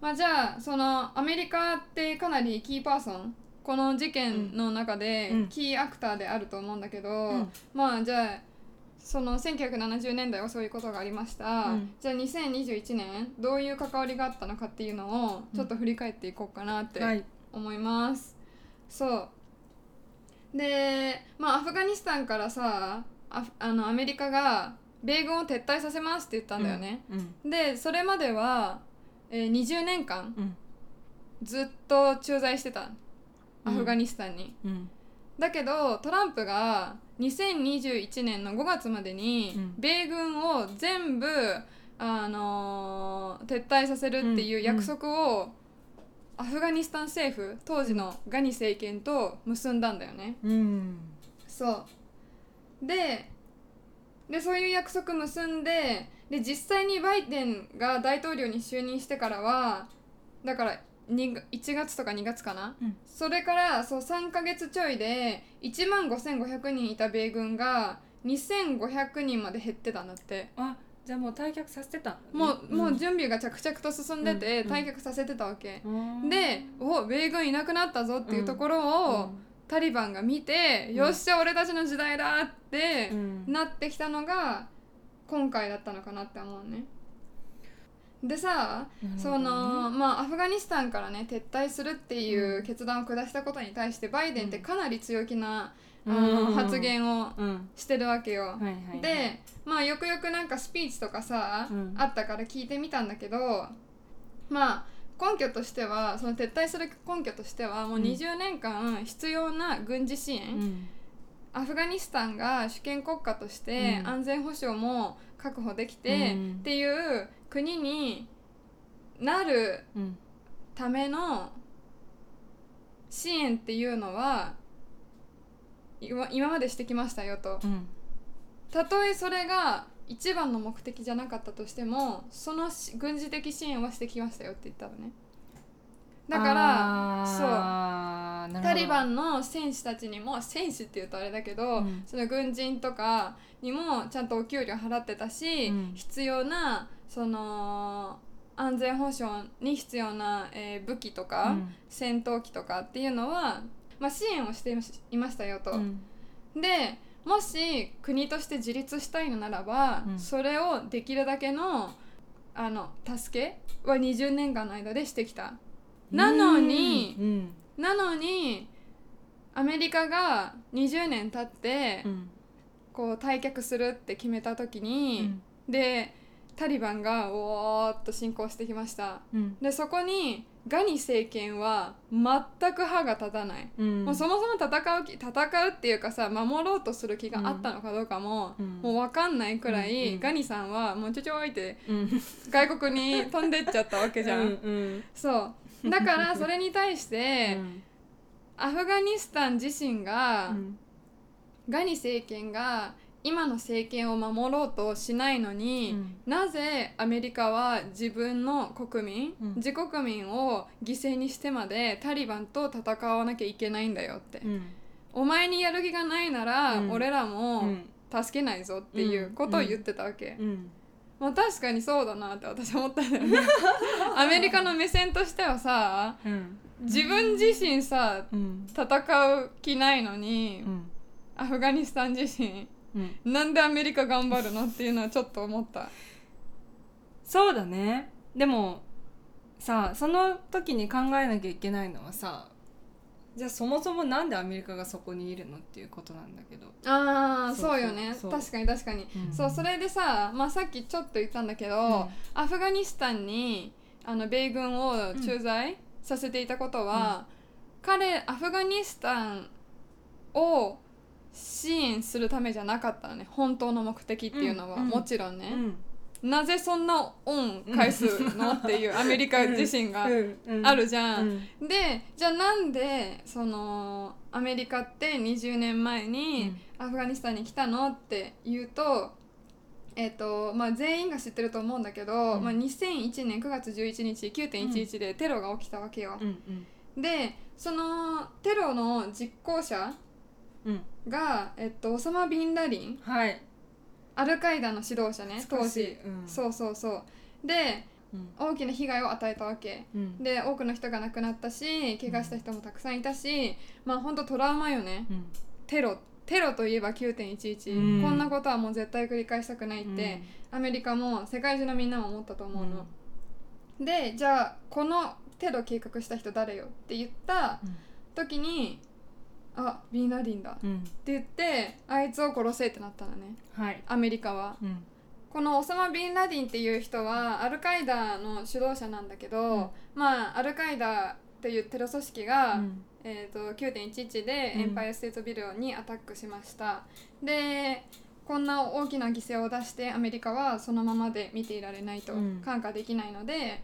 まあ、じゃあそのアメリカってかなりキーパーソンこの事件の中でうんキーアクターであると思うんだけど、うんまあじゃあその1970年代はそういうことがありました、うんじゃあ2021年どういう関わりがあったのかっていうのをちょっと振り返っていこうかなってはい思います、そうでまあアフガニスタンからさああのアメリカが米軍を撤退させますって言ったんだよね、うんでそれまでは、えー20年間うんずっと駐在してたアフガニスタンに、うんだけどトランプが2021年の5月までにうん米軍を全部、あのー撤退させるっていう約束をアフガニスタン政府当時のガニ政権と結んだんだよね。うんそうででそういう約束結んでで実際にバイデンが大統領に就任してからはだからに1月とか2月かな、うんそれからそう3ヶ月ちょいで1万5500人いた米軍が2500人まで減ってたんだってあじゃあもう退却させてたもう,、もうじ準備が着々と進んでて、うんうん退却させてたわけ、でお米軍いなくなったぞっていうところを、タリバンが見て、うんよっしゃ俺たちの時代だってうんなってきたのが今回だったのかなって思うね。でさ、そのまあアフガニスタンからね撤退するっていう決断を下したことに対してバイデンってかなり強気な、あの発言をうんしてるわけよ。はいはいはいでまあよくよくなんかスピーチとかさ、うんあったから聞いてみたんだけどまあ根拠としてはその撤退する根拠としてはもううん20年間必要な軍事支援、うんアフガニスタンが主権国家としてうん安全保障も確保できて、うんっていう国になるうんための支援っていうのは今今までしてきましたよと。うんたとえそれが一番の目的じゃなかったとしてもそのし軍事的支援はしてきましたよって言ったのねだかららそうタリバンンの戦士たちにも戦士っていうとあれだけど、うんその軍人とかにもちゃんとお給料払ってたし、うん必要なその安全保障に必要な、えー武器とか、戦闘機とかっていうのは、まあ、支援をしていましたよと。でもし国として自立したいのならば、うんそれをできるだけのあの助けは20年間の間でしてきたなのにうんなのにアメリカが20年経って、うんこう退却するって決めた時うに、んでタリバンがおーっと進行してきましたうんでそこにガニ政権は全く歯が立たないうんもうそもそも戦う気戦うっていうかさ守ろうとする気があったのかどうかも、うんもう分かんないくらい、うんうんガニさんはもうちょちょいってうん外国に飛んでっちゃったわけじゃん。うんうんそうだ からそれに対して、アフガニスタン自身が、うんガニ政権が今の政権を守ろうとしないのに、うんなぜアメリカは自分の国民、うん自国民を犠牲にしてまでタリバンと戦わなきゃいけないんだよって。うんお前にやる気がないなら、うん俺らうもん助けないぞっていうことを言ってたわけ、うんまあ確かにそうだなって私思ったんだ よねアメリカの目線としてはさうん自分自身さうん戦う気ないのに、うんアフガニスタン自身うんなんでアメリカ頑張るのっていうのはちょっと思ったそうだねでもさその時に考えなきゃいけないのはさじゃあそもそもなんでアメリカがそこにいるのっていうことなんだけど、あーあそうよねそうそう確かに確かに、うんそうそれでさ、まあ、さっきちょっと言ったんだけど、アフガニスタンにあの米軍を駐在させていたことは、彼アフガニスタンを支援するためじゃなかったのね本当の目的っていうのは、うんうんもちろんね、んなぜそんな恩返すのって いうアメリカ自身があるじゃん。んでじゃあなんでそのアメリカって20年前にアフガニスタンに来たのって言うと,、えっとまあ、全員が知ってると思うんだけど、うんまあ、2001年9月11日9.11でテロが起きたわけよ。うんでそのテロの実行者うんが、えっと、オサマ・ビンラディンはいアルカイダの指導者ね当時、うんそうそうそうでうん大きな被害を与えたわけうんで多くの人が亡くなったし怪我した人もたくさんいたしまあほんとトラウマよねうんテロテロといえば9.11、うんこんなことはもう絶対繰り返したくないって、アメリカも世界中のみんなも思ったとうん思うの、でじゃあこのテロ計画した人誰よって言った時に「あビンラディンだ」っうんうんて言ってあいつを殺せってなったのねはいアメリカはうんこのオサマ・ビンラディンっていう人はアルカイダの主導者なんだけど、うんまあアルカイダっていうテロ組織が、うんえー、と9.11でエンパイア・ステート・ビルにアタックしました、でこんな大きな犠牲を出してアメリカはそのままで見ていられないとうん看過できないので、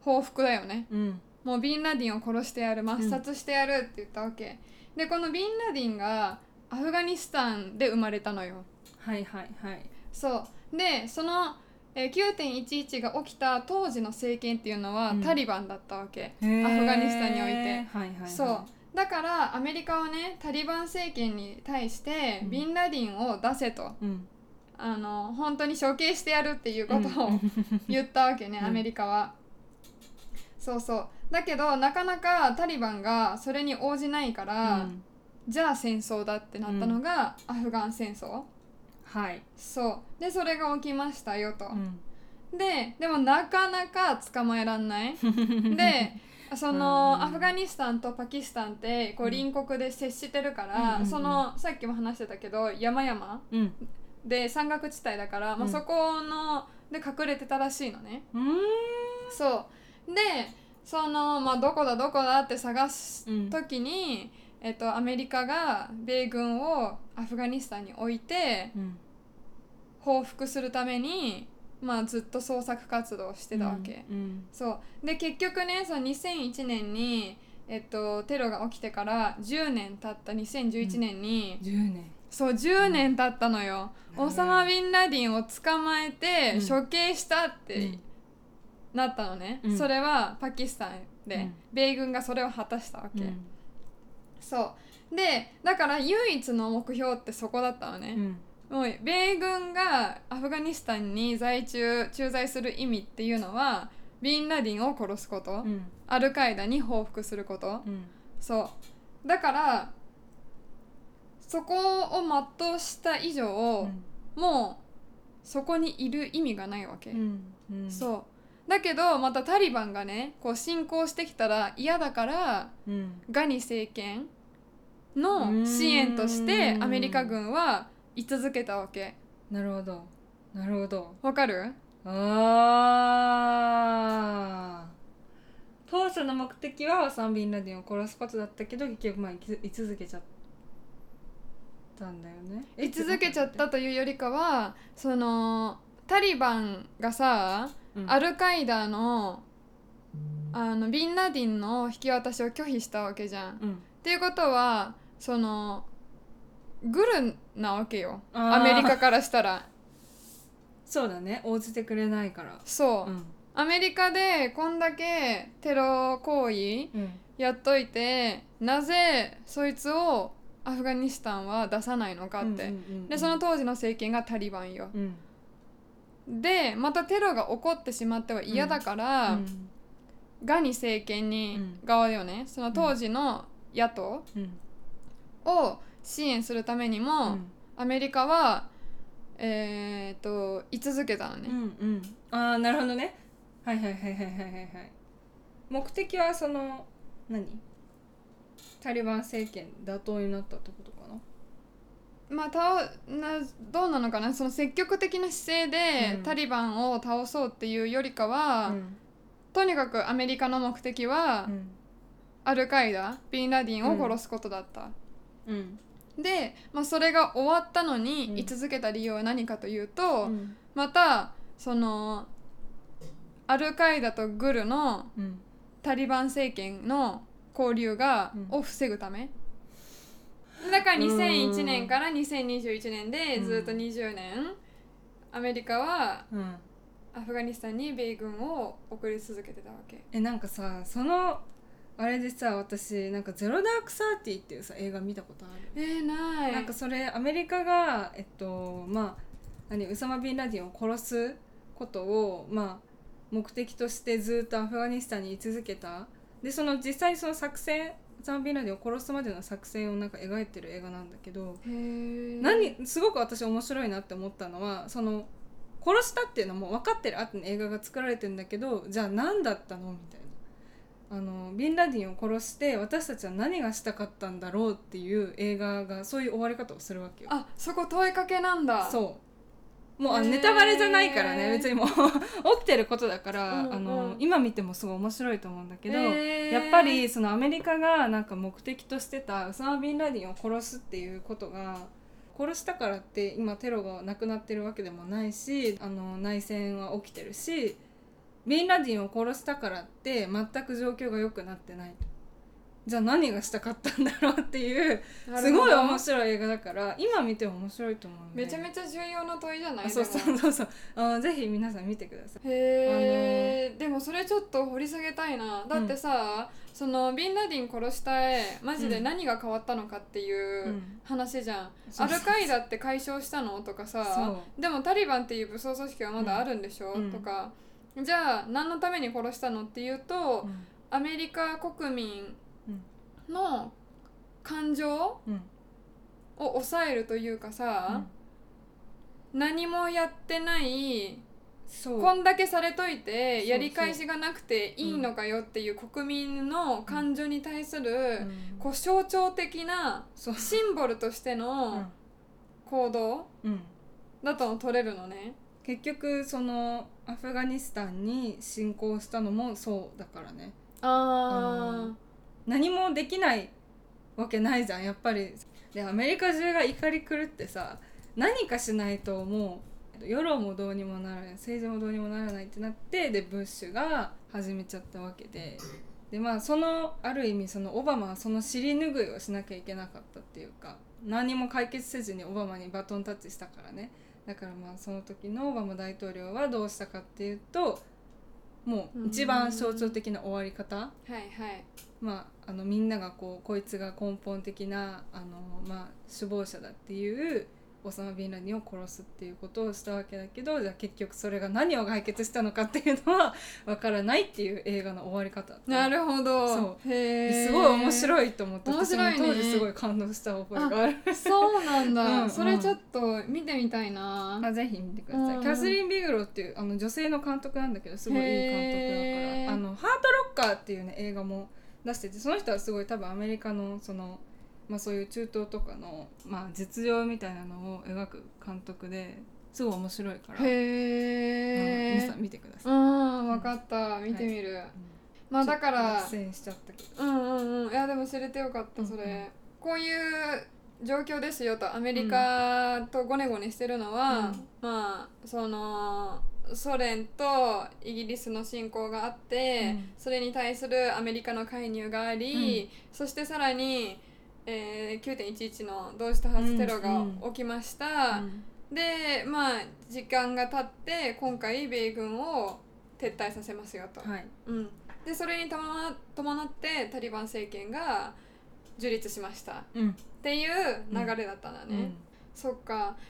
報復だよねうんもうビンラディンを殺してやる抹殺してやるって言ったわけ、でこのビンラディンがアフガニスタンで生まれたのよはいはいはいそうでそのえー9.11が起きた当時の政権っていうのはうんタリバンだったわけ、アフフガニスタンにおいてはいはいはいそうだからアメリカはねタリバン政権に対してうんビンラディンを出せと、うんあの本当に処刑してやるっていうことを、うん 言ったわけねうんアメリカは、そうそうだけどなかなかタリバンがそれに応じないから、うんじゃあ戦争だってなったのがアフガン戦争はいそうでそれが起きましたよと、うんででもなかなか捕まえらんない でその、うんアフガニスタンとパキスタンってこううん隣国で接してるから、うんそのさっきも話してたけど山々うんで山岳地帯だから、まうあ、んそこので隠れてたらしいのね、そうでその、まあ、どこだどこだって探すうん時に、えっと、アメリカが米軍をアフガニスタンに置いてうん報復するために、まあ、ずっと捜索活動をしてたわけ、うんそうで結局ねその2001年に、えっと、テロが起きてから10年経った2011年に、 10年そう10年経ったのよ、うんオサマ・ビンラディンを捕まえて、うん処刑したって、うんなったのね、うんそれはパキスタンで、うん米軍がそれを果たしたわけ、うんそうでだから唯一の目標ってそこだったのうね、んもう米軍がアフガニスタンに在中駐在する意味っていうのはビンラディンを殺すこと、うんアルカイダに報復すること、うんそうだからそこを全うした以上、もうそこにいる意味がないわけ、うんうんそうだけどまたタリバンがねこう侵攻してきたら嫌だからうんガニ政権の支援としてうんアメリカ軍は居続けたわけなるほどなるほどわかるあー当初の目的はオサン・ビンラディンを殺すことだったけど結局まあ生き居続けちゃったんだよね居続けちゃったというよりかはそのタリバンがさアるルカイダのあのビンラディンの引き渡しを拒否したわけじゃん。うんっていうことはそのグルなわけよあーアメリカからしたら。そうだね応じてくれないからそう、うんアメリカでこんだけテロ行為うんやっといてなぜそいつをアフガニスタンは出さないのかって、うんうんうんでその当時の政権がタリバンようんでまたテロが起こってしまっては嫌だから、うんガニ政権に、うん側だよねその当時の野党うんを支援するためにうも、んアメリカはえーっと居続けたのね、うんうんああなるほどねはいはいはいはいはいはいはい目的はその何タリバン政権打倒になったってことかなまあ倒などうなのかなその積極的な姿勢で、うんタリバンを倒そうっていうよりかは、うんとにかくアメリカの目的は、うんアルカイダビンラディンを殺すことだった、うんで、まあ、それが終わったのうんに居続けた理由は何かというと、うんまたそのアルカイダとグルのうんタリバン政権の交流が、うんを防ぐためだから2001年から2021年でうんずっと20年、アメリカはうんアフガニスタンに米軍を送り続けてたわけえなんかさそのあれでさ私なんか「ゼロダークサーティっていうさ映画見たことあるえー、ないなんかそれアメリカがえっとまあ何ウサマ・ビンラディンを殺すことをまあ目的としてずっとアフガニスタンに居続けたでその実際にその作戦ザン・ビンラディンを殺すまでの作戦をなんか描いてる映画なんだけど、へえ何すごく私面白いなって思ったのはその殺したっていうのはもう分かってる後に映画が作られてんだけどじゃあ何だったのみたいなあのビンラディンを殺して私たちは何がしたかったんだろうっていう映画がそういう終わり方をするわけよ。あそこ問いかけなんだうそうもうあへーネタバレじゃないからね別にもう 起きてることだから、うんうんあの今見てもすごい面白いと思うんだけど、へーやっぱりそのアメリカがなんか目的としてたウサマ・ビンラディンを殺すっていうことが殺したからって今テロがなくなってるわけでもないしあの内戦は起きてるしビンラディンを殺したからって全く状況が良くなってないじゃあ何がしたかったんだろうっていうすごい面白い映画だから今見ても面白いと思うめちゃめちちゃ重要な問いじゃないあそうでもそうそうそうあぜひ皆さん見てくださいへえ、でもそれちょっと掘り下げたいなだってさ、そのビンラディン殺した絵マジで何が変わったのかっていう、うん話じゃんそうアそうルカイダって解消したのとかさそでもタリバンっていう武装組織はまだあるんでしょ、うんとかじゃあ何のために殺したのっていうと、うんアメリカ国民の感情をうん抑えるというかさ、何もやってないそうこんだけされといてそうやり返しがなくていいのかよっていう国民の感情に対するうんこう象徴的なそうシンボルとしての行動うんうんだとも取れるのね。結局そのアフガニスタンに侵攻したのもそうだからねあー何もできないわけないじゃんやっぱりでアメリカ中が怒り狂ってさ何かしないともう世論もどうにもならない政治もどうにもならないってなってでブッシュが始めちゃったわけででまあそのある意味そのオバマはその尻拭いをしなきゃいけなかったっていうか何も解決せずにオバマにバトンタッチしたからねだからまあその時のオバマ大統領はどうしたかっていうともう一番象徴的な終わり方、はいはいまあ、あのみんながこうこいつが根本的なあの、まあ、首謀者だっていうオサマ・ビンラディンを殺すっていうことをしたわけだけどじゃあ結局それが何を解決したのかっていうのは 分からないっていう映画の終わり方だったなるほどそへーすごい面白いと思って面白いね私も当時すごい感動した覚えがあるそうなんだうんうんそれちょっと見てみたいなまあ、ぜひ見てください、うんキャスリン・ビグロっていうあの女性の監督なんだけどすごいいい監督だへーからあの「ハートロッカー」っていうね映画も出しててその人はすごい多分アメリカのその、まあ、そういう中東とかの、まあ、実情みたいなのを描く監督ですごい面白いから、うんへ皆えさん見てください。うん分かった見てみる、まあだかちょっとら脱線しちゃったけどうんうんうんいやでも知れてよかったそれ、うんうんこういう状況ですよとアメリカとゴネゴネしてるのは、うんまあそのソ連とイギリスの侵攻があって、うんそれに対するアメリカの介入があり、そしてさらに、えー9.11の同時多発テロが起きました、うんでまあ時間が経って今回米軍を撤退させますよと。はいうん、でそれに伴伴ってタリバン政権が樹立しましたっうんていう流れだったんだね、うんそっか